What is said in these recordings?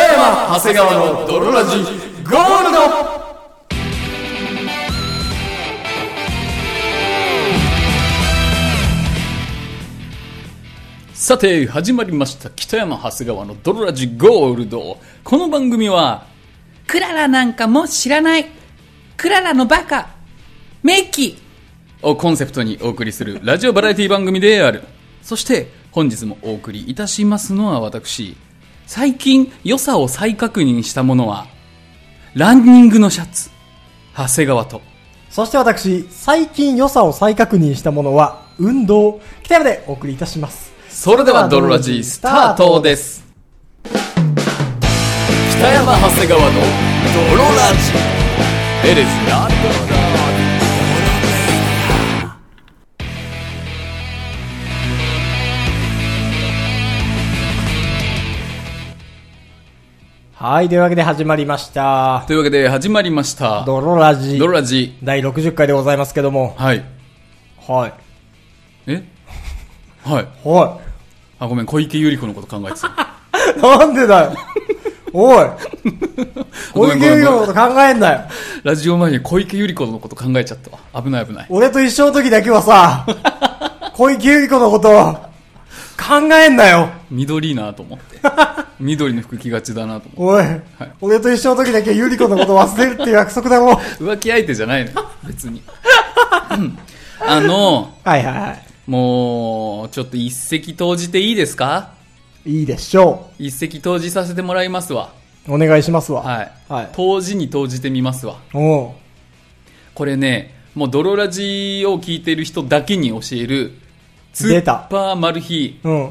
長谷川の泥ラジゴールドさて始まりました北山長谷川の泥ラジゴールドこの番組はクララなんかも知らない。クララのバカ。メイキ。をコンセプトにお送りするラジオバラエティ番組であるそして本日もお送りいたしますのは私最近良さを再確認したものはランニングのシャツ長谷川とそして私、最近良さを再確認したものは、運動、北山でお送りいたします。それではドロラジースタートです北山長谷川のドロラジ It is not はい、というわけで始まりました。というわけで始まりましたドドロラジ。ロラジ第60回でございますけども。はいはい。えはいはあごめん小池百合子のこと考えてたい。 なんでだよ。おい。ごめ小ん池ごめん百合のこと考えんなよ。ラジオ前に小池百合子のこと考えちゃったわ危ない危ない俺と一緒の時だけ はさ、小池百合子のこと、考えんなよ。緑いなと思って 緑の服着がちだなと思っおい。俺と一緒の時だけ百合子のこと忘れるっていう約束だろ。て浮気相手じゃないのよ別に、うんあのはいはいはもうちょっと一石投じていいですかい。いいでしょう。一石投じさせてもらいますわお願いしますわ。はい、はい投じに投じてみますわおうこれねもう泥ラジを聞いてる人だけに教えるス出たーパーマル秘うん。おう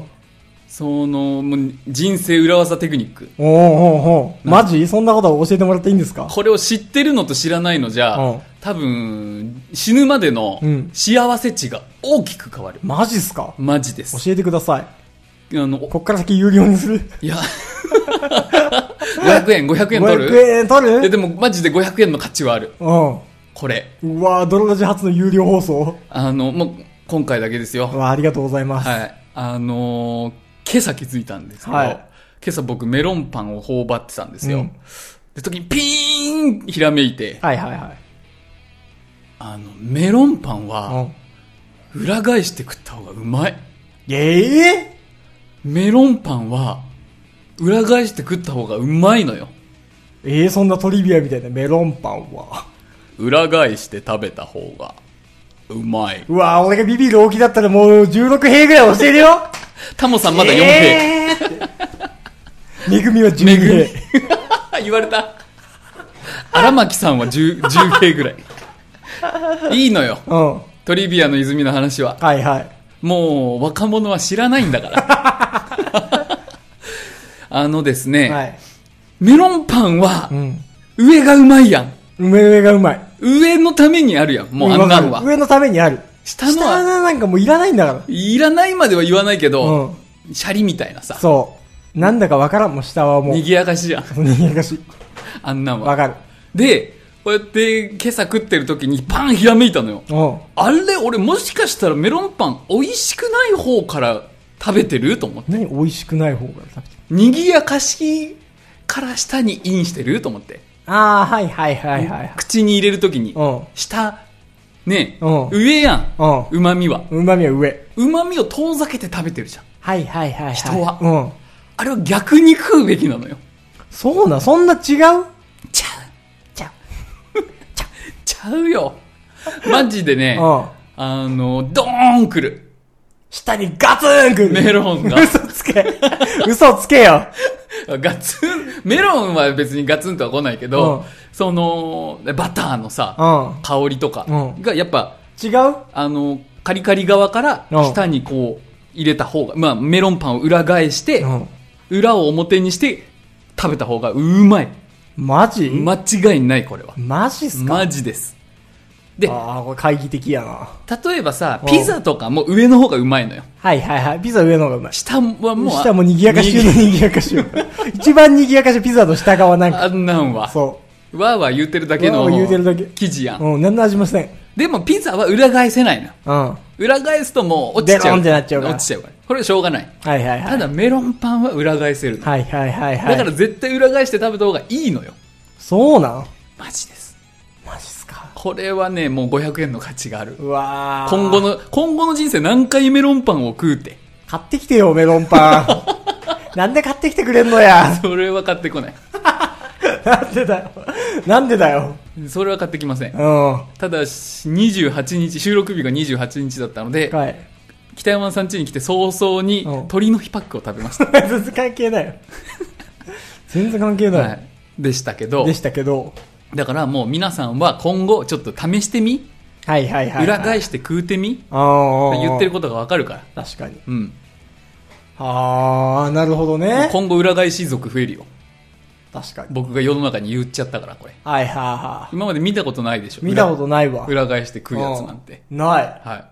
そのもう人生裏技テクニックおうおうマジそんなこと教えてもらっていいんですかこれを知ってるのと知らないのじゃ、うん多分死ぬまでのうん幸せ値が大きく変わる、マジっすかマジです教えてください。あのおこっから先有料にする。いや 500円500円取る500円取えるでもマジで500円の価値はあるこれうん。うわぁ、ドロラジ初の有料放送。あのもう今回だけですうよわありがとうございます。はいあのー今朝気づいたんですけど、はい今朝僕メロンパンを頬張ってたんですよ、うんで時にピーンひらめいてはいはいはい。あのメロンパンうはん。裏返して食った方がうまいええメロンパンは裏返して食った方がうまいのよええそんなトリビアみたいなメロンパンは。裏返して食べた方がうまいうわぁ、俺がビビる大きだったらもう16平ぐらい教えるよタモさんまだ4平、えーってめぐみは12め平。 言われた荒牧さんは 10, 10平ぐらいいいのようん。はトリビアの泉の話はいはい。もう若者は知らないんだから あのですね、はい。メロンパンはうん。上がうまいやん梅上がうまい。上のためにあるやんもうあんなのは上のためにある。下のは下なんかもういらないんだから。いらないまでは言わないけうどん、。シャリみたいなさ、そう。なんだかわからんもう下はもう。賑やかし じゃん、賑やかし。あんなんわは。かる。で、こうやって今朝食ってる時にパンひらめいたのよ。うん。あれ俺もしかしたらメロンパン美味しくない方から食べてると思って。何美味しくない方が食べてる。賑やかしから下にインしてると思って。ああ、はいはいはいはいはい。口に入れる時にう、ん。下、ね、うん上やん。う旨味は。ん。うまみは上。旨味を遠ざけて食べてるじゃん。はいはいはい、はい。人はうん。あれは逆に食うべきなのよ。そうなん、そんな違うちゃう。ちゃう。ちゃうよ。マジでね、うん。あの、ドーン来る。下にガツンくる。メロンが。嘘つけ。 嘘つけよ。ガツン、メロンは別にガツンとは来ないけど、うんその、バターのうさ、ん。香りとかうんがやっぱ、違うあの、カリカリ側からうん下にこう入れた方が、まあメロンパンを裏返して、うん。裏を表にして食べた方がうまい。マジ間違いないこれは。マジっすかマジです。で、ああ、これ会議的やな。例えばさう、んピザとかも上の方がうまいのよ。はいはいはい。ピザ上の方がうまい。下はもう、下も賑やかし中の賑やかしよ。一番賑やかしピザの下側なんか。あんなんは。そわーわー言うてるだけのわーわー言うてるだけ記事やう。ん。うん、何の味もせん。でもピザは裏返せないの。うん。は裏返すともう落ちちデゃロう。ンってなっちゃうから落ちちゃうから。これはしょうがない。いはいはい。ただメロンパンは裏返せるの。はいはいはいはだい。から絶対裏返して食べた方がいいのよ。そうなんマジです。マジっすか。これはね、もう500円の価値がある。うわー今後。の、今後の人生何回メロンパンを食うて。買ってきてよ、メロンパ ン。なんで買ってきてくれんのや。それは買ってこない。なんでだよ。なんでだよ。それは買ってきません。うん。はただし、28日、収録日が28日だったので、い。北山さん家に来て早々にうん鶏の日パックを食べました。全然関係ないよ。全然関係ない。はい。でしたけどで、したけど。だからもう皆さんは今後ちょっと試してみ、はいはいはい。裏し。返して食うてみ、ああ。言ってることがわかるから。確かに。うん。ああ、なるほどね。今後裏返し族増えるよ。確かに。僕が世の中に言っちゃったから、これ。はいはいはい。今まで見たことないでしょ。見たことないわ。裏裏返して食うやつなんて。うん。ない。はい。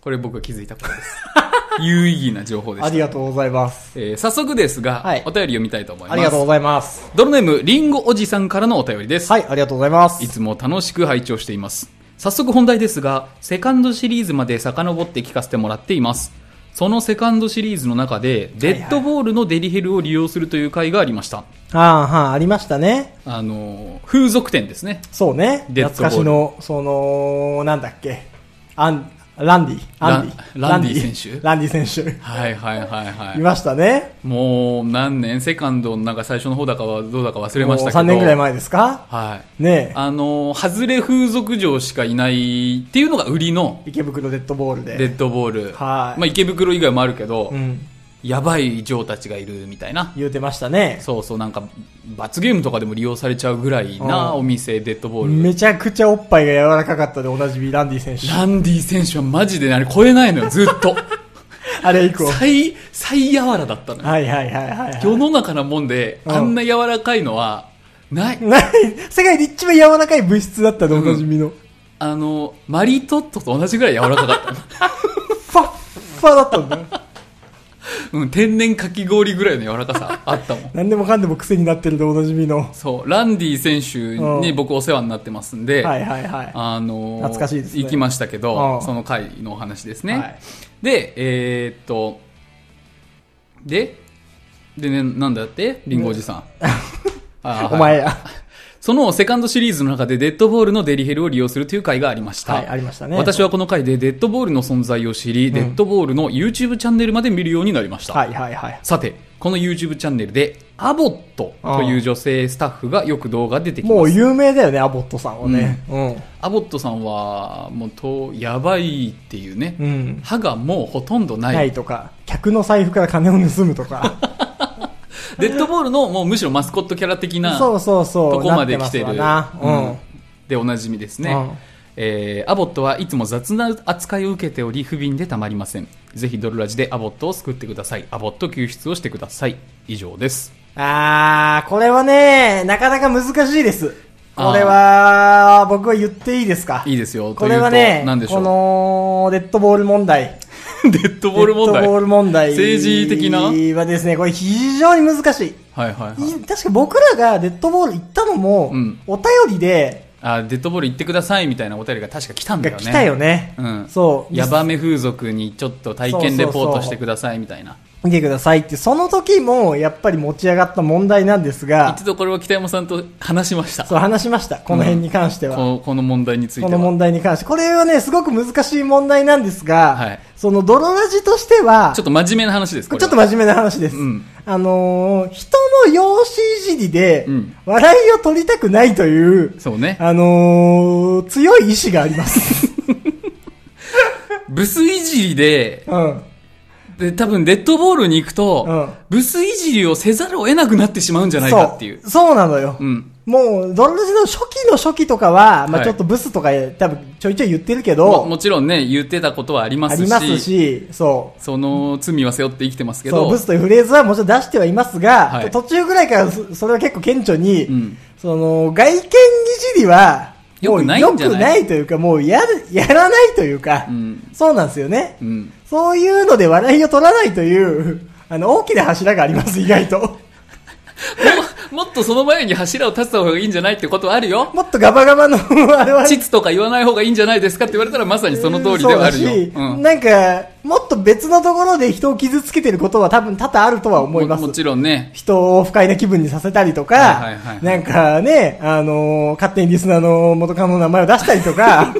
これ僕が気づいたことです。 有意義な情報であしりた。がとうございます。えー早速ですが、はいお便り読みたいと思います。ありがとうございます。ドロネーム、リンゴおじさんからのお便りです。はい、ありがとうございます。いつも楽しく拝聴しています。早速本題ですが、セカンドシリーズまで遡って聞かせてもらっています。そのセカンドシリーズの中で、デッドボールのデリヘルを利用するという回がありました。ああ、はあ、ありましたね。あのー、風俗店ですね。そうね。デッ懐ドボールかしの、その、なんだっけ。アン、ランディ。アンディ。ランランディ選手ランディ選手。はいはいはいはいい。ましたね。もう何年、セカンドのなんか最初の方だかはどうだか忘れましたけど。 3年ぐらい前ですかはい。ねあの、外れ風俗嬢しかいないっていうのが売りのえ。池袋デッドボールデで。ッドボール。はまいあ池袋以外もあるけど、うん。やばい嬢たちがいるみたいな。言うてましたね。そうそう、なんか、罰ゲームとかでも利用されちゃうぐらいなうんお店、デッドボール。めちゃくちゃおっぱいが柔らかかったでおなじみランディ選手。ランディ選手はマジであれ超えないのよ、ずっ と。あれ以降。はい最、最柔らだったのよ。はいはいはいはい。世の中なもんで、うんあんな柔らかいのは、ない。ない世界で一番柔らかい物質だったでおなじみの。あの、マリトットと同じぐらい柔らかかったの。ファッファだったんだよ。うん、天然かき氷ぐらいの柔らかさあったもん。 何でもかんでも癖になってるでおなじみの。はそう、ランディ選手に僕お世話になってますんで、いはいはい。あのー懐かしいですね行きましたけうど、んその回のお話ですね。はいで、えーっと、で、でね、なんだってリンゴおじさん。あーはいお前や。そのセカンドシリーズの中でデッドボールのデリヘルを利用するという回がありました。はいありましたね私はこの回でデッドボールの存在を知り、デッドボールの YouTube チャンネルまで見るようになりました。はいはいはい。さて、この YouTube チャンネルで、アボットという女性スタッフがよく動画出てきもまうす。有名だよね、アボットさんはね。うアボットさんは、もうと、やばいっていうね、ん。うん。歯がもうほとんどない。ないとか、客の財布から金を盗むとか。デッドボールのもうむしろマスコットキャラ的な、そうそうそう。とこまで来てるなってますわな。でおなじみですね。うんえーアボットはいつも雑な扱いを受けており不憫でたまりませんぜひドルラジでアボットを救ってくださいアボット救出をしてください以上ですうん。あー、これはね、なかなか難しいです。あーこれは、僕は言っていいですかいいですよこれはねというと、何でしょうこの、デッドボール問題。 デッドボール問デッ題ドボール問題。政治的なはいはですね、これ非常に難しい。はいはいい確か僕らがデッドボール行ったのも、うんお便りで、あデッドボール行ってくださいみたいなお便りが確か来たんだがよね来たよね。うん、 そう。ヤバめ風俗にちょっと体験レポートしてくださいみたいな見てくださいって、その時もやっぱり持ち上がった問題なんですが、一度これは北山さんと話しましたこそう話しました。この辺に関しては。のこの問題についてこはの問題に関して。これはね、すごく難しい問題なんですが、はいその泥ラジとしては、ちょっと真面目な話ですここれれちょはっと真面目な話です。うんあのー人の容姿いじりで、うん笑いを取りたくないという、そうねあのー強い意志があり ます。ブスいじりでうん。で、多分、デッドボールに行くと、うんブスいじりをせざるを得なくなってしまうんじゃないかっていう。そう。そうなのよ。うんもう、ドロラジの初期の初期とかは、まはあいちょっとブスとか、多分ちょいちょい言ってるけもど、もちろんね、言ってたことはありまあすりし、ますし、そう。その罪は背負って生きてますけそう、どブ、スというフレーズはもちろん出してはいますが、はい途中ぐらいからそそれは結構顕著に、んその、外見いじりは、良くないんじゃないもう良くないというか、もうやる、やらないというか、んそうなんですよね、うんそういうので笑いを取らないという、あの、大きな柱があります、意外と。も っとその前に柱を立てた方がいいんじゃないってことはあるよ。もっとガバガバのあれは膣とか言わない方がいいんじゃないですかって言われたらまさにその通りではあるよ。そうだしうんなんか、もっと別のところで人を傷つけてることは多分多々あるとは思います。ももちろんね。人を不快な気分にさせたりとか、はいはいはいなんかね、あのー勝手にリスナーの元カノの名前を出したりと か、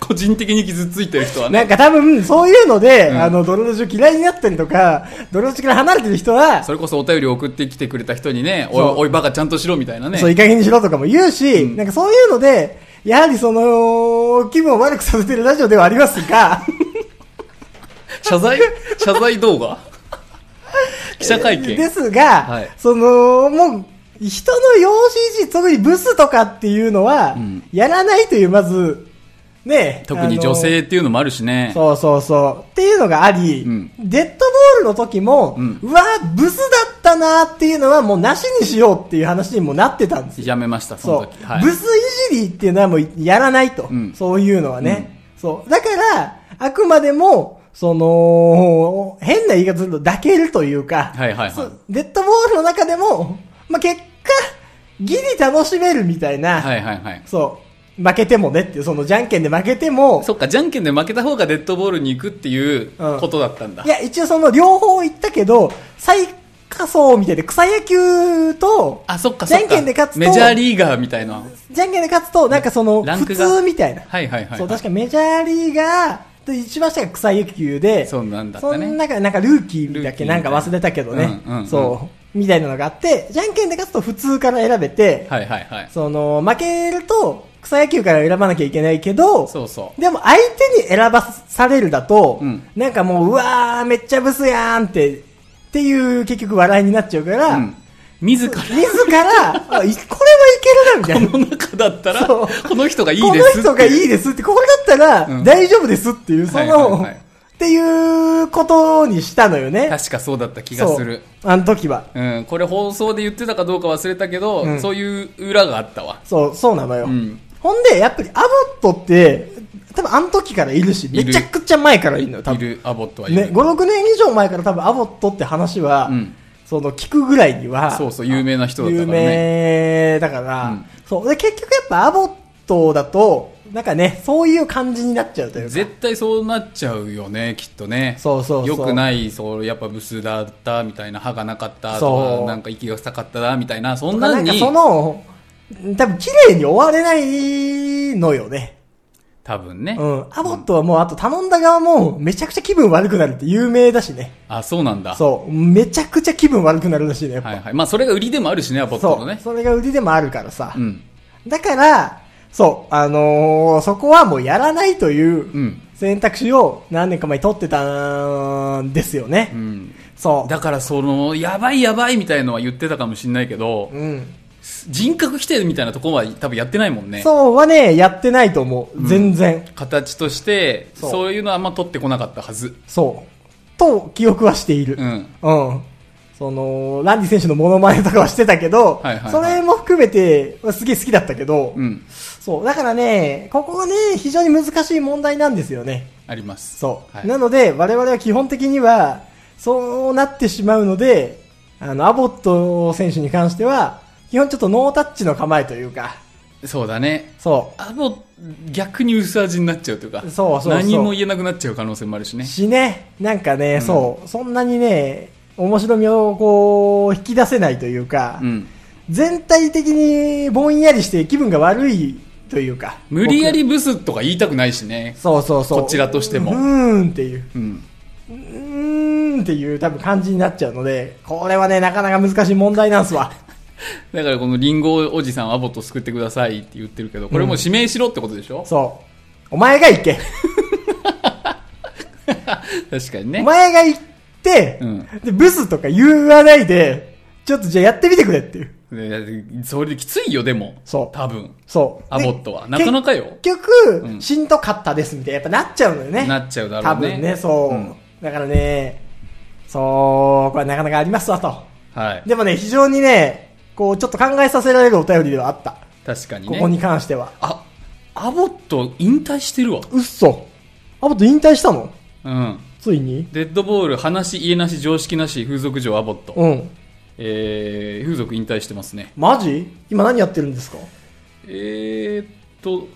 個人的に傷ついてる人はね。なんか多分そういうので、うんあの、ドロロジョ嫌いになったりとか、ドロロジョから離れてる人は、それこそお便り送ってきてくれた人にね、そおい、うおいバカちゃんとしろみたいなね。そう、いい加減にしろとかも言うし、うんなんかそういうので、やはりその、気分を悪くさせてるラジオではありますが、謝罪謝罪動 画記者会見。ですが、はいその、もう、人の容姿維持、特にブスとかっていうのは、うんやらないという、まず、ね、特に女性っていうのもあるしね。そうそうそう。っていうのがあり、うんデッドボールの時も、ううんわ、ブスだったなっていうのはもうなしにしようっていう話にもなってたんですよ。やめました、そのそ時。う、はいブ。スいじりっていうのはもうやらないと。うんそういうのはね、そう。だから、あくまでも、その、変な言い方すると抱けるというか、はいはいはいそうデッドボールの中でも、まあ、結果、ギリ楽しめるみたいな、はいはいはい。そう、負けてもねっていう、そのじゃんけんで負けても、そっか、じゃんけんで負けた方がデッドボールに行くっていううんことだったんだ。いや、一応その両方言ったけど、最下層みたいで草野球と、あ、そっか、じそっゃか。んけんで勝つと、メジャーリーガーみたいな。じゃんけんで勝つと、なんかその、ランク普が通みたいな。はいはいはい。そう、確かメジャーリーガーと一番下が草野球で、そうなんだったねその中でなんかルーキーだルーっけキーみたないんなか忘れたけどね、うんうんうんそう、みたいなのがあって、じゃんけんで勝つと普通から選べて、はいはいはい。その、負けると草野球から選ばなきゃいけないけど、そうそう。でも相手に選ばされるだと、うんなんかもう、うわー、めっちゃブスやんって、っていう結局笑いになっちゃうから、うん。自ら、自ら、あいこれはいけるな、みたいな。この中だったら、そうこの人がいいこでのすって。人がいいですって、これだったうんら大丈夫ですっていう、そはいはいの、はいっていうことにしたのよね。確かそうだった気がする。そう。あの時は。うん、これ放送で言ってたかどうか忘れたけど、うんそういう裏があったわ。そう、そうなのよ。うんほんで、やっぱりアボットって、多分あの時からいるし、いるめちゃくちゃ前からいるのよ、多い分。る、アボットはいる。ね、5、6年以上前から多分アボットって話は、うんその聞くぐらいには、そうそう、有名な人だっ有たからね。名だから、うんそう。で、結局やっぱアボットだと、なんかね、そういう感じになっちゃうというか。絶対そうなっちゃうよね、きっとね。そうそうそうよくない、そう、やっぱブスだった、みたいな、歯がなかったとそか、うなんか息が臭かっただ、みたいな、そんななんにか、その、多分綺麗に終われないのよね。多分ね。うん。アボットはもう、あと頼んだ側も、めちゃくちゃ気分悪くなるって有名だしね。あ、そうなんだ。そう。めちゃくちゃ気分悪くなるらしいね、やっぱ。はいはい。まあ、それが売りでもあるしね、アボットそのう。ね。それが売りでもあるからさ。うん。だから、そう、あのーそこはもうやらないといううん。選択肢を何年か前に取ってたんですよね。うん。そう。だから、その、やばいやばいみたいのは言ってたかもしれないけど、うん。人格否定みたいなとこは多分やってないもんね。そうはね、やってないと思う。全然。形としてそそうういうのはあんま取ってこなかったはずそう。と、記憶はしている。うんうん。その、ランディ選手のモノマネとかはしてたけど、はいはいはいそれも含めて、すげえ好きだったけど、うんそう。だからね、ここがね、非常に難しい問題なんですよね。ありますそう。はいなので、我々は基本的には、そうなってしまうので、あの、アボット選手に関しては、基本ちょっとノータッチの構えというか、そうだねそあもう逆に薄味になっちゃうというかそうそうそう何も言えなくなっちゃう可能性もあるしう。ねしね、なんかね、そう。そんなにね、面白みをこう、引き出せないというか、うん全体的にぼんやりして気分が悪いというか。無理やりブスとか言いたくないしね僕。そうそうそう。こちらとしてもうーんっていう。うんうーんっていう多分感じになっちゃうので、これはね、なかなか難しい問題なんすわ。だからこのリンゴおじさんアボット救ってくださいって言ってるけどこれもう指名しろってことでしょ、そう。お前が行け。 確かにおね前が行って、うんで、ブスとか言わないで、ちょっとじゃあやってみてくれっていう。でそれできついよでもそう多分そう。アボットはなかなか。かよ結局、うんしんどかったですみたいな、やっぱなっちゃうのよね。なっちゃうだろ多うね分ね、そう。うんだからね、そう、これはなかなかありますわと。はいでもね、非常にね、こう、ちょっと考えさせられるお便りではあった。確かにこねこに関しては。あアボット引退してるわうっそ。アボット引退したのうんついにデッドボール、話、家なし、常識なし、風俗嬢、アボット。うん。えー、風俗引退してますね。マジ今何やってるんですかえーっと、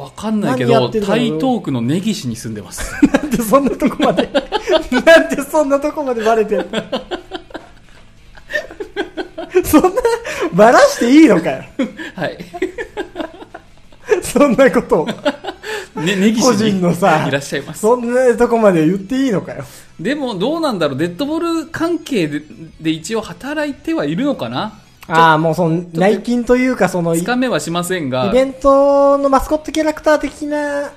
わかんないけ何やど、ってるだろう台東区の根岸に住んでます。 なんでそんなとこまで なんでそんなとこまでバレてんの そんなバラしていいのかよ はい。そんなことをね、根個岸に人のさいらっしゃいます。そんなとこまで言っていいのかよでも、どうなんだろう、デッドボール関係でで一応働いてはいるのかなああもうその内勤というかそのいつイかめはしませんが、ベントのマスコットキャラクター的な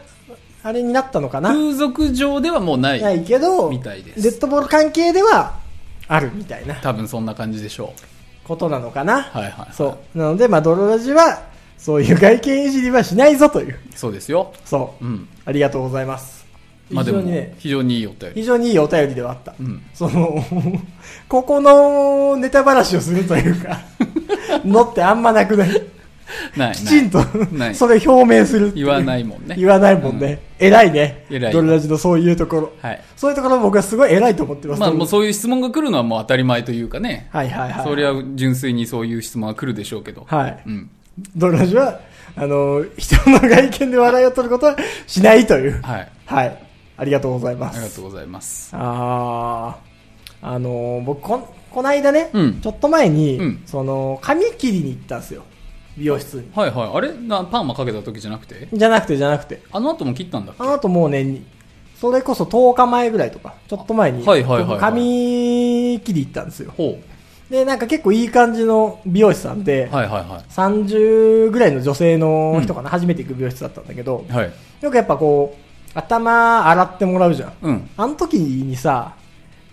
あれになったのかな風俗上ではもうない。ないけどみたいですデッドボール関係ではあるみたいな多分そんな感じでしょう。ことなのかなはいはい。そう。なので、まあ、ドロラジは、そういう外見いじりはしないぞという。そうですよ。そう。うん。ありがとうございます。まあ非でも常にね、、非常にいいお便り。非常にいいお便りではあった。うんその、 ここのネタばらしをするという か、のってあんまなくない。ない。きちんとな、いそれ表明するってい言うわないもんね。言わないもんね。偉いね。偉いドロラジのそういうところ。はい。そういうところ僕はすごい偉いと思ってます。まあもうそういう質問が来るのはもう当たり前というかね。はいはいはい。そりゃ純粋にそういう質問は来るでしょうけど。はい。うん。ドロラジは、あの、人の外見で笑いを取ることはしないという。はい。はい。ありがとうございまありがす。とうございます。ああー、あのー僕こん、この間ね、うんちょっと前に、うんその、髪切りに行ったんですよ。美容室に。はいはい。あれなパーマかけた時じゃなくてじゃなくて、じゃなくて。あの後も切ったんだっけあの後もうね、それこそ10日前ぐらいとか、ちょっと前に、はいはいはいはい僕髪切り行ったんですよ。ほで、なんか結構いい感じの美容師さんでう。、はいはいは30ぐらいの女性の人かな、初めて行く美容室だったんだけど、い。はい。よくやっぱこう、頭洗ってもらうじゃん。うん。あの時にさ、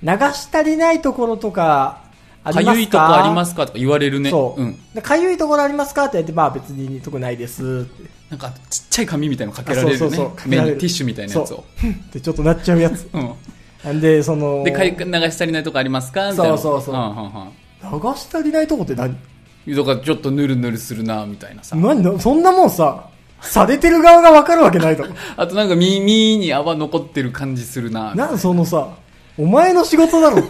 流し足りないところとか、ありますかかゆいとこありますかとか言われるね。そう。ん。でかゆいところありますかって言って、まあ別に特にないですって。なんかちっちゃい紙みたいのかけられるね。あそうそうそうかけ目らにれるティッシュみたいなやつそうを。で、ちょっとなっちゃうやつ。うん。なんで、その、で、かゆ流く流し足りないとこありますかみたいな。そうそうそうんんし足りないとこって何うん。だからちょっとぬるぬるするな、みたいなさ。何だそんなもんさ、されてる側がわかるわけないだろ。あとなんか耳に泡残ってる感じするな。なんそのさ、お前の仕事だろ。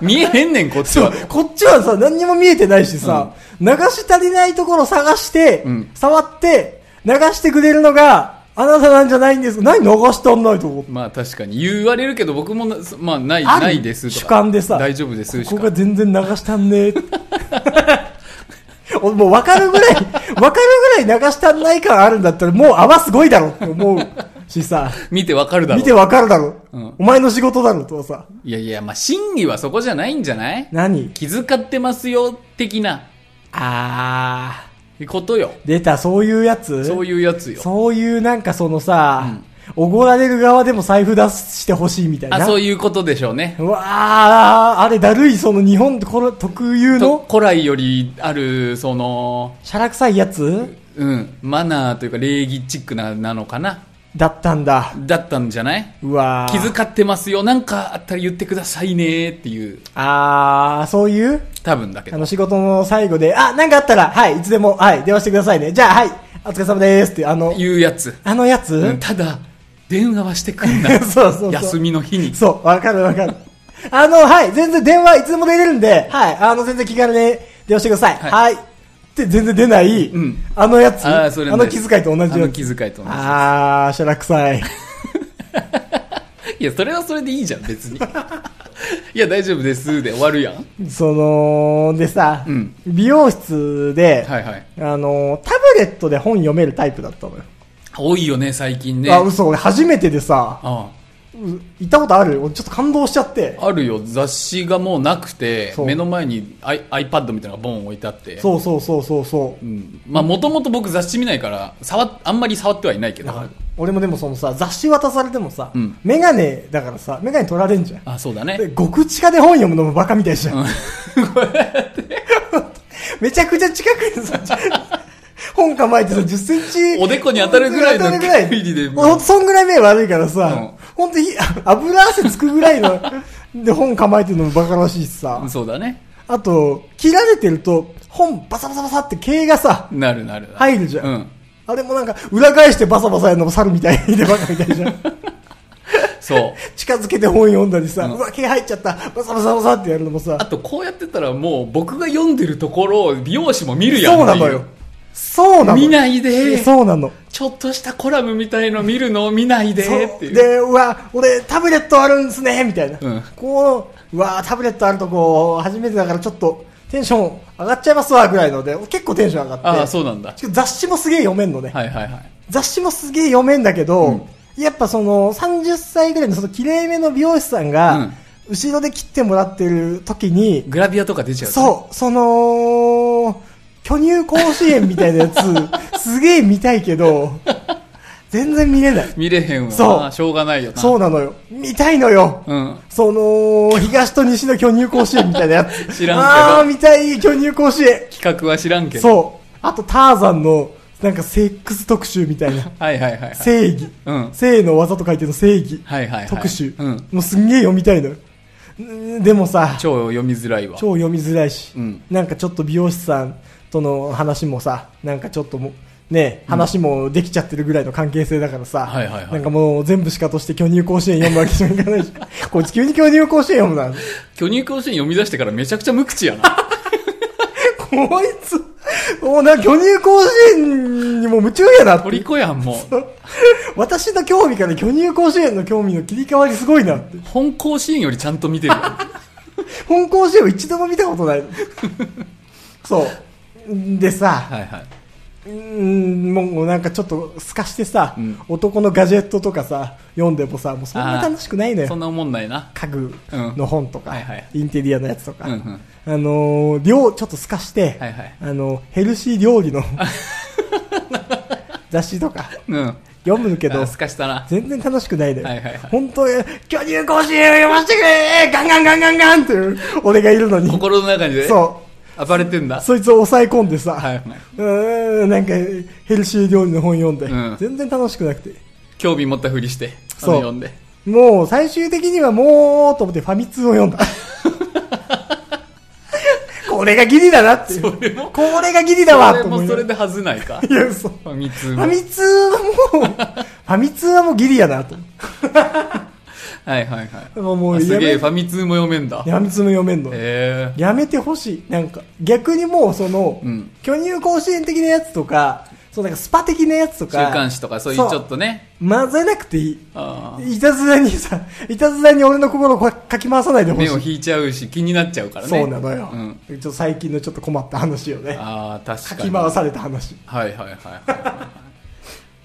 見えへんねん、こっちは。 こっちはさ、何にも見えてないしさ、流し足りないところ探して、うん触って、流してくれるのが、あなたなんじゃないんです。何流してあんないと思って。まあ確かに言われるけど僕もな、そまあない、あるないですとか。主観でさ大丈夫ですしここかが。全然流したん ね俺もう分かるぐらい、分かるぐらい流したんない感あるんだったら、もう泡すごいだろって思うしさ、見てわかるだろ見て分かるだろ。うんお前の仕事だろとはさ、いやいや、まあ真偽はそこじゃないんじゃない何気遣ってますよ、的なあことよ。ー、出た、そういうやつそういうやつよ。そういうなんかそのさ、おごられる側でも財布出してほしいみたいな。あ、そういうことでしょうね。うわあ、あれだるい、その日本この特有との、古来よりある、その、シャラ臭いやつうん、マナーというか礼儀チックな、なのかなだったんだ。だったんじゃないうわあ。気遣ってますよ、なんかあったら言ってくださいね、っていう、あー、そういう多分だけあど。の仕事の最後で、あ、なんかあったら、はい、いつでも、はい、電話してくださいね。じゃあ、はい、お疲れ様ですって、あの、言うやつ。あのやつ、。うんただ、電話はしてくんな そうそうそう休みの日に。そう、わかるわかる。あの、はい、全然電話いつでも出れるんで、はい、あの、全然気軽に電話してください。ははいい。って全然出ない、んあのやつあーそれねの気遣いと同あじやのつ。気遣いと同じ。あー、しゃらくさい。いや、それはそれでいいじゃん、別に。 いや、大丈夫です、で終わる やん。その、でさ、うん美容室で、はいはい。あの、タブレットで本読めるタイプだったのよ。多いよね、最近ね。あ、嘘、俺初めてでさ、あ行ったことある俺ちょっと感動しちゃって。あるよ、雑誌がもうなくて、そう目の前にアイ iPad みたいなのがボン置いてあって。そうそうそうそうそうう。ん。まあ、もともと僕雑誌見ないから、触っ、あんまり触ってはいないけど。俺もでもそのさ、雑誌渡されてもさ、うんメガネだからさ、メガネ取られんじゃん。あ、そうだね。で極地下で本読むのもバカみたいじゃん。めちゃくちゃ近くにさ、 本構えてさ、10センチ。 おでこに当たるぐらいの当たるぐらい距離でほんとそんぐらい目悪いからさ、うんほんとに油汗つくぐらいの、 で本構えてるのもバカらしいしさ。 そうだね。あと、切られてると、本バサバサバサって毛がさ、なるなる。入るじゃん。うん。あれもなんか、裏返してバサバサやるのも猿みたいでバカみたいじゃん。そう。 近づけて本読んだりさ、ううんわ、毛入っちゃった、バサバサバサってやるのもさあ、と、こうやってたらもう僕が読んでるところを美容師も見るやんっていそうなのよ。そうなの。見ないでそうなの。ちょっとしたコラムみたいの見るのを見ないでそってういう。で、うわ、俺タブレットあるんすね、みたいな。うんこう、うわ、タブレットあるとこ、初めてだからちょっとテンション上がっちゃいますわ、ぐらいので、結構テンション上がって。ああ、そうなんだ。しかも雑誌もすげえ読めんのね。はいはいはい。雑誌もすげえ読めんだけど、うんやっぱその30歳ぐらいのその綺麗めの美容師さんが、うん後ろで切ってもらってる時に、グラビアとか出ちゃう。う。そう、その、巨乳甲子園みたいなや つ、すげえ見たいけど、全然見れない。見れへんわ。そうまあしょうがないよな。そうなのよ。見たいのよ。うん。その、東と西の巨乳甲子園みたいなやつ。 知らんけどあー、見たい、巨乳甲子園。企画は知らんけど。う。そう。あと、ターザンの、なんか、セックス特集みたいな。はいはいはいはい。正義。うん。性の技と書いてるの正義。はいはいはい。特集。うん。もうすんげえ読みたいのよ。んでもさ、超読みづらいわ。超読みづらいし、うんなんかちょっと美容師さんとの話もさ、なんかちょっともうね、話もできちゃってるぐらいの関係性だからさ、はいはいはいなんかもう全部しかとして巨乳甲子園読むわけにもいかないし、 こいつ急に巨乳甲子園読むな。巨乳甲子園読み出してからめちゃくちゃ無口や な。こいつ、もうなんか巨乳甲子園にもう夢中やなって。虜やん、もう。私の興味から巨乳甲子園の興味の切り替わりすごいなって。本甲子園よりちゃんと見てるわ。本甲子園を一度も見たこと ない。そう。でさ、はいはい。うーんもうなんかちょっと透かしてさ、うん男のガジェットとかさ読んでもさもうそんな楽しくないのそんよな思んないな。家具の本とか、うんはいはいインテリアのやつとか、うんうん。あのー料ちょっと透かして、はいはいあのヘルシー料理の 雑誌とかうん。読むけけどど、すかしたな。全然楽しくないのよ、はいはいはい本当に巨乳甲子園読ませてくれガンガンガンガンガンっていう俺がいるのに心の中にで、そ暴れてんうだ。そいつを抑え込んでさ、はいはい。うーん、なんか、ヘルシー料理の本読んで、うん全然楽しくなくて。興味持ったふりして、あそうの読んで。もう、最終的にはもう、と思ってファミ通を読ん だ。これがギリだなっていう。それもこれがギリだそわれと思もいそながれらで外ないか。いや、そう。ファミ通フもァミ通はもう、ファミ通はもうギリやなと。はいはいはい。もうもうあすげえ、やめファミ通も読めんだ。ファミ通も読めんの。へえ。やめてほしい。なんか、逆にもう、その、うん巨乳甲子園的なやつとか、そうなんかスパ的なやつと週か、刊誌とかそういうちょっとね。混ぜなくていい。あーいたずらにさ、いたずらに俺の心をこうかき回さないでほしい。目を引いちゃうし、気になっちゃうからね。そうなのよ、うんちょっと最近のちょっと困った話よね。ああ、確かかに。き回された話。はいはいはいはいは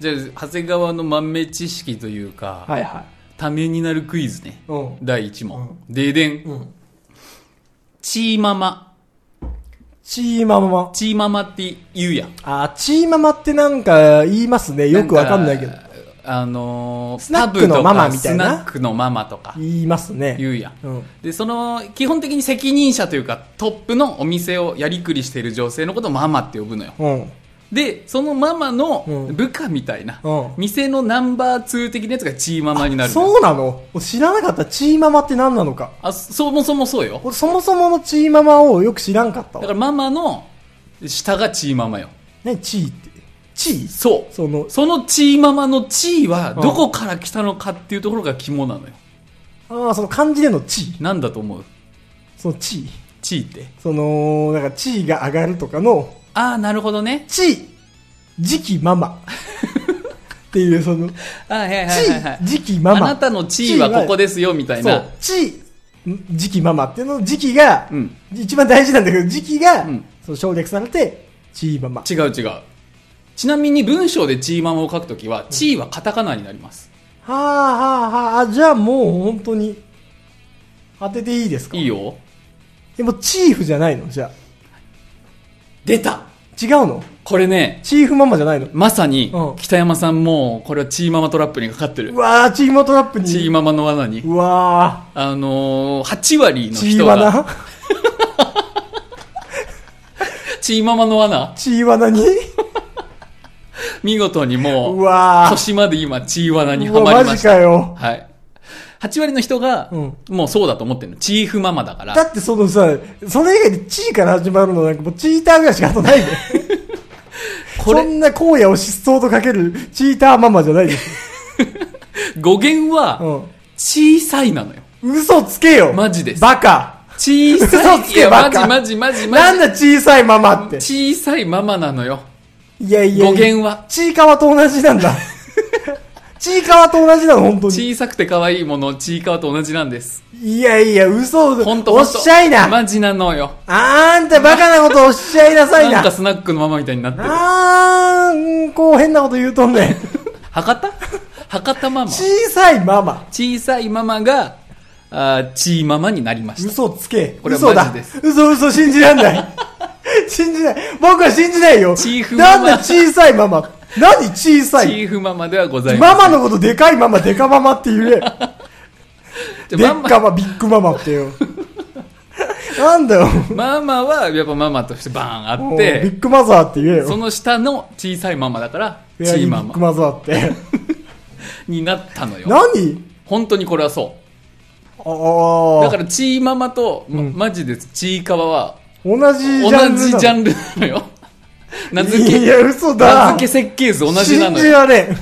い。じゃあ、長谷川の豆知識というか、はいはい。ためになるクイズね。うん。第1問。ででん。うん。チーママ。チーママ。チーママって言うやん。あ、チーママってなんか言いますね。よくわかんないけどな。か。あのースナックのママみたいなパブとかスナックのママとか言いますね。言うやん。うん。で、その、基本的に責任者というか、トップのお店をやりくりしている女性のことをママって呼ぶのよ。うん。で、そのママのうん部下みたいな、うん店のナンバー2的なやつがチーママになるのよそうなの俺知らなかった。チーママって何なのか。あ、そもそもそうよ。俺そもそものチーママをよく知らんかっただわ。からママの下がチーママよ。何チーって。チーそう。その、そのチーママのチーはどこから来たのかっていうところが肝なのよ。ああ、その漢字でのチー。なんだと思うそのチー。チーって。その、なんか地位が上がるとかの、ああ、なるほどね。地位、次期マ マ。っていう、その、地あーはいはいはいはい位、。次期マあマ。なたの地位はここですよ、みたいそなう。、地位、次期ママっていうの、時期が、うん一番大事なんだけど、時期が、うんその省略されて、地位ママ。違う違う。ちなみに文章でチーママを書くときは、チーはカタカナになります。はあはあはああ、じゃあもう本当に、当てていいですかいいよ。でもチーフじゃないのじゃあ。出た違うのこれね、チーフママじゃないのまさにうん、北山さんも、これはチーママトラップにかかってるう。わー、チーママトラップに。チーママの罠に。うわあのー、8割ー、のチー人ワが、ナチーママの罠、チーワ ナに見事にうもう、わー。年まで今、チーワナにうハわマりマまジした。かよ。はい。8割の人が、うんもうそうだと思ってるの。チーフママだから。だってそのさ、それ以外でチーから始まるのなんかもうチーターぐらいしかあとないで。 こそれ、んな荒野を失踪とかけるチーターママじゃないです。語源は、うん。小さいなのよ。嘘つけよマジですバカ小さ嘘い。ついけや、バマカジマジマジマジ。なんだ小さいままって。小さいママなのよ。いやいやいや。語源は。ちいかわと同じな んだ。ちいかわと同じなの、本当に。小さくて可愛いもの、ちいかわと同じなんです。いやいや、嘘。ほんと、おほっんとしゃいな。マジなのよ。あーんたバカなことおっしゃいなさいなんなか。スナックのママみたいになってる。あーん、こう変なこと言うとんね ん。博多博多ママ。小さいママ。小さいママが、あーちいママになりました。嘘つけ。これは嘘マだジです。嘘嘘信じらんない。 信じない。僕は信じないよ。チーフマなマんだ小さいママ。何小さチい。ーフママではございませマん。マのことでかいママ、でかママって言え。 ででマっマかマ、ビッグママってよ。なんだよ。ママは、やっぱママとしてバーンあっもうビて、ッグマザーって言えよ。その下の小さいママだから、フチェアリーーマビッグママザ ーって。になったのよ。何本当にこれはそあう。あ。だから、チーママと、まうんマジでチーカワは、同じジ同ャンルなの。じジャンルなのよ。名付いけ、や、嘘だ。名付け設計図同じなの信じよ。られん。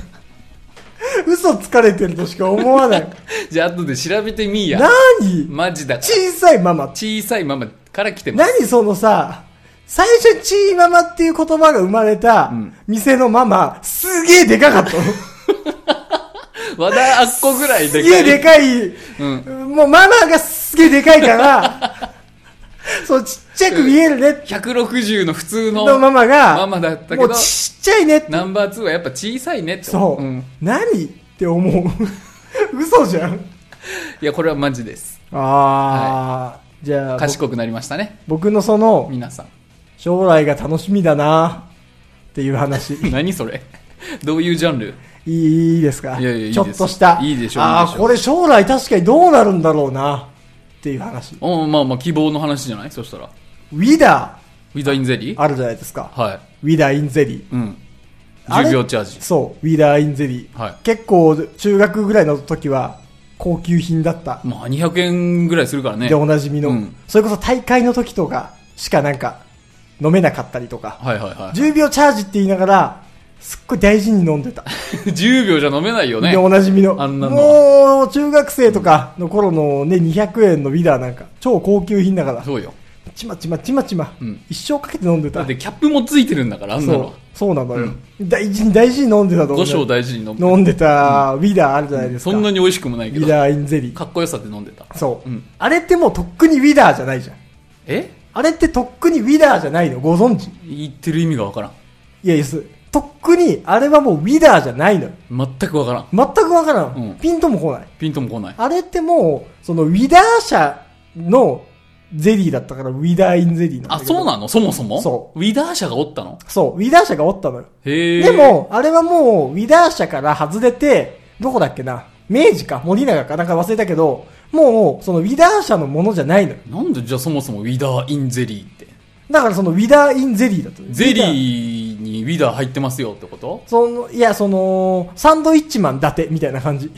嘘つかれてるとしか思わない。じゃあ、後で調べてみいや。何マジだから。小さいママ。小さいママから来てます。何そのさ、最初にチーママっていう言葉が生まれたん店のママ、すげえでかかったの。和田あっこぐらいすでげかえい。でかい。うん。もうママがすげえでか いから、そう、ちっちゃく見えるね。 160の普通ののママが、ママだったけもどう、ちっちゃいねって。ナンバー2はやっぱ小さいねって思そう。ん何って思う。 嘘じゃん。いや、これはマジです。ああ、じゃあ、賢くなりましたね、僕のその、皆さん。 将来が楽しみだなっていう話。い何それどういうジャンルいいいですかいやいやいいですちょっとした。いいでしょうあいいであ、しょうこれ将来確かにどうなるんだろうなっていう話。うん、まあまあ、希望の話じゃないそしたら。ウィダウィザインゼリーーあるじゃないですか。はウィダーインゼリー。い。うん。あれ10秒チャージ。そう、ウィダーインゼリー。はい結構、中学ぐらいの時は、高級品だった。まあ、200円ぐらいするからね。で、はおなじみの、うんそれこそ大会の時とか、しかなんか、飲めなかったりとか。いはいは10秒チャージって言いながら、すっごい大事に飲んでた。い。10秒じゃ飲めないよねで、。おなじみの。あんなのもう、中学生とかの頃のね、200円のウィダーなんか、超高級品だから、そうよ。ちまちまちまちま、うん一生かけて飲んでだたっ。て、キャップもついてるんだから、あんなそうの。、そうなのよ。大事に大事に飲んでたと5思う升大事に飲む。飲んでた、ウィダーあるじゃないですか。そんなに美味しくもないけウィど。ダーインゼリー。かっこよさで飲んでた。そう、うんあれってもうとっくにウィダーじゃないじゃん。えあれってとっくにウィダーじゃないのご存知言ってる意味がわからん。いやいや、すとっくにあれはもうウィダーじゃないのよ。全くわからん。全くわからん,、うんピンとも来ない。ピンとも来ない。あれってもう、そのウィダー社のゼリーだったから、ウィダーインゼリーなんだあ、けど。そうなのそもそも。そうウィダー社がおったのそう、ウィダー社がおったのよ。へえ。で、も、あれはもう、ウィダー社から外れて、どこだっけな明治か森永かなんか忘れたけど、もう、そのウィダー社のものじゃないのよ。なんでじゃあそもそもウィダーインゼリーって。だからそのウィダーインゼリーだと。ゼーリーにウィダー入ってますよってことその、いや、その、サンドイッチマン伊達みたいな 感じ。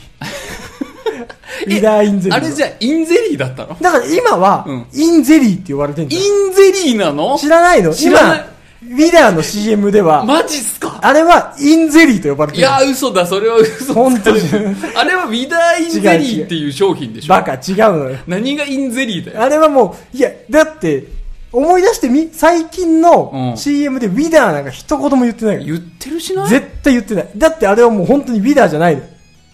ウィダーインゼリー。あれじゃあインゼリーだったのだから今は、うんインゼリーって言われてんイじゃん。ンゼリーなの知らないの知らない今、ウィダーの CM では、マジっすかあれはインゼリーと呼ばれている。や、嘘だ、それは嘘本当に あれはウィダーインゼリーっていう商品でしょバカ、違うのよ。何がインゼリーだよ。あれはもう、いや、だって、思い出してみ、最近うのん CM でウィダーなんか一言も言ってないから言ってるしない絶対言ってない。だってあれはもう本当にウィダーじゃないの。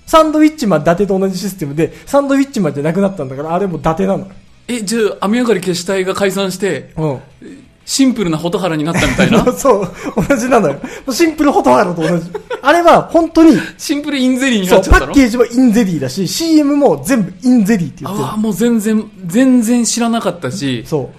サンドウィッチマン伊達と同じシステムで、サンドウィッチマンじゃなくなったんだから、あれもう伊達なの。え、じゃあ、雨上がり消し隊が解散して、うん。。シンプルな蛍原になったみたいな そう、同じなのよ。もうシンプルホトハロと 同じ。あれは本当に、シンプルインゼリーにそなっう、ちゃパったのッケージもインゼリーだし、CM も全部インゼリーって言ってああ、もう全然、全然知らなかったしる。、そ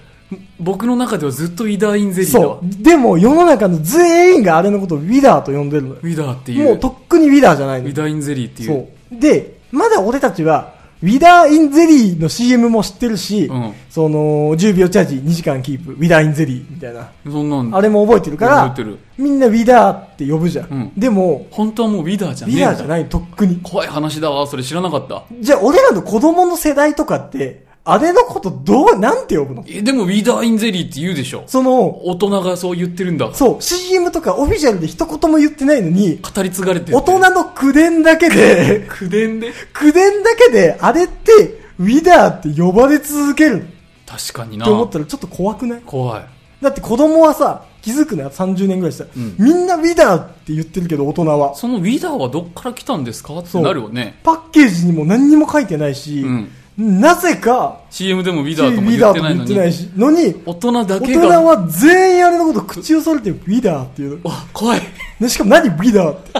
僕の中ではずっとイダーインゼう。リーだそわ。う。でも世の中の全員があれのことをウィダーと呼んでるのよウ。ィダーっていう。もうとっくにウィダーじゃないウのィ。ダーインゼリーっていう。そう。で、まだ俺たちは、ウィダーインゼリーの CM も知ってるし、うんその、10秒チャージ2時間キープ、ウィダーインゼリーみたいな。そんなん。あれも覚えてるか覚らえてる、みんなウィダーって呼ぶじゃん。うんでも、本当はもうウィダーじウゃねえんィだダーじゃない、とっくに。怖い話だわ。それ知らなかった。じゃあ、俺らの子供の世代とかって、姉のことどう、なんて呼ぶのえ、でもウィダーインゼリーって言うでしょ。その、大人がそう言ってるんだ。そう、CM とかオフィシャルで一言も言ってないのに、語り継がれてる大人の口伝だけで、口伝で口伝だけで、あれって、ウィダーって呼ばれ続ける確かになと思ったらちょっと怖くない怖い。だって子供はさ、気づくのよ、30年ぐらいしたら、うんみんなウィダーって言ってるけど、大人は。そのウィダーはどっから来たんですかっそてうなるよね。パッケージにも何にも書いてないし、うんなぜか、 CM でもウィウダーともィ言ダーってとなもいの言ってに。ないし、のに、大人だ大け人が。は全員あれのこと口をそれてウィダーっていう。わ、怖い。ね、しかも何ウィダーって。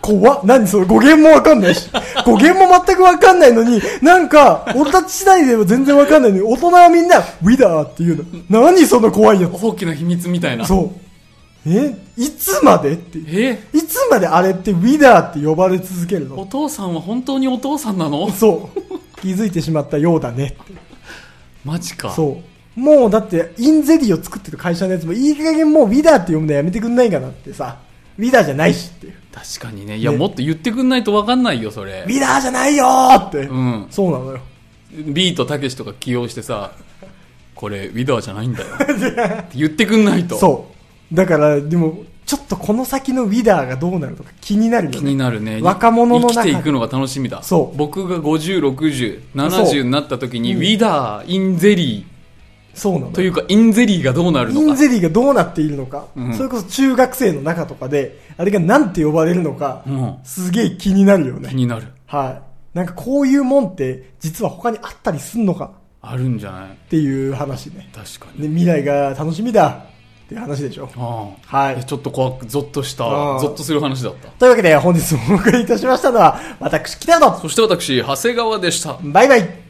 怖っ。何それ語源もわかんないし。語源も全くわかんないのに、なんか、俺たち次第では全然わかんないのに、大人はみんな、ウィダーっていうの。何その怖いや大きな秘密みたいな。つ。 そう。えいつまでって。いえつまであれってウィダーって呼ばれ続けるおの父さんは本当にお父さんなのそう。気づいてしまったようだねって。マジか。そう。もうだって、インゼリーを作ってる会社のやつも、いい加減もうウィダーって呼ぶのやめてくんないかなってさ。ウィダーじゃないしっていう。確かにね。いや、ねもっと言ってくんないとわかんないよ、それウ。ィダーじゃないよーって。うん。そうなのよ。ビートたけしとか起用してさ、これ、ウィダーじゃないんだよ。って言ってくんないと。そう。だから、でも、ちょっとこの先のウィダーがどうなるとか気になるよね。気になるね。若者の中生きていくのが楽しみだ。そう僕が50、60、そう70になった時に、ウィダー、インゼリそうなのー、とよ。いうか、インゼリーがどうなるイのンか。ゼリーがどうなっているのか、うんそれこそ中学生の中とかで、あれがなんて呼ばれるのか、うんすげえ気になるよ気ね。になる。はい。なんかこういうもんって、実は他にあったりすんのかあるんじゃないっていう話ね。確かに。で未来が楽しみだっていう話でしょ。ああはいやちょっと怖く、ゾッとした、ああゾッとする話だった。というわけで本日お送りいたしましたのは、私、北野そして私、長谷川でした。バイバイ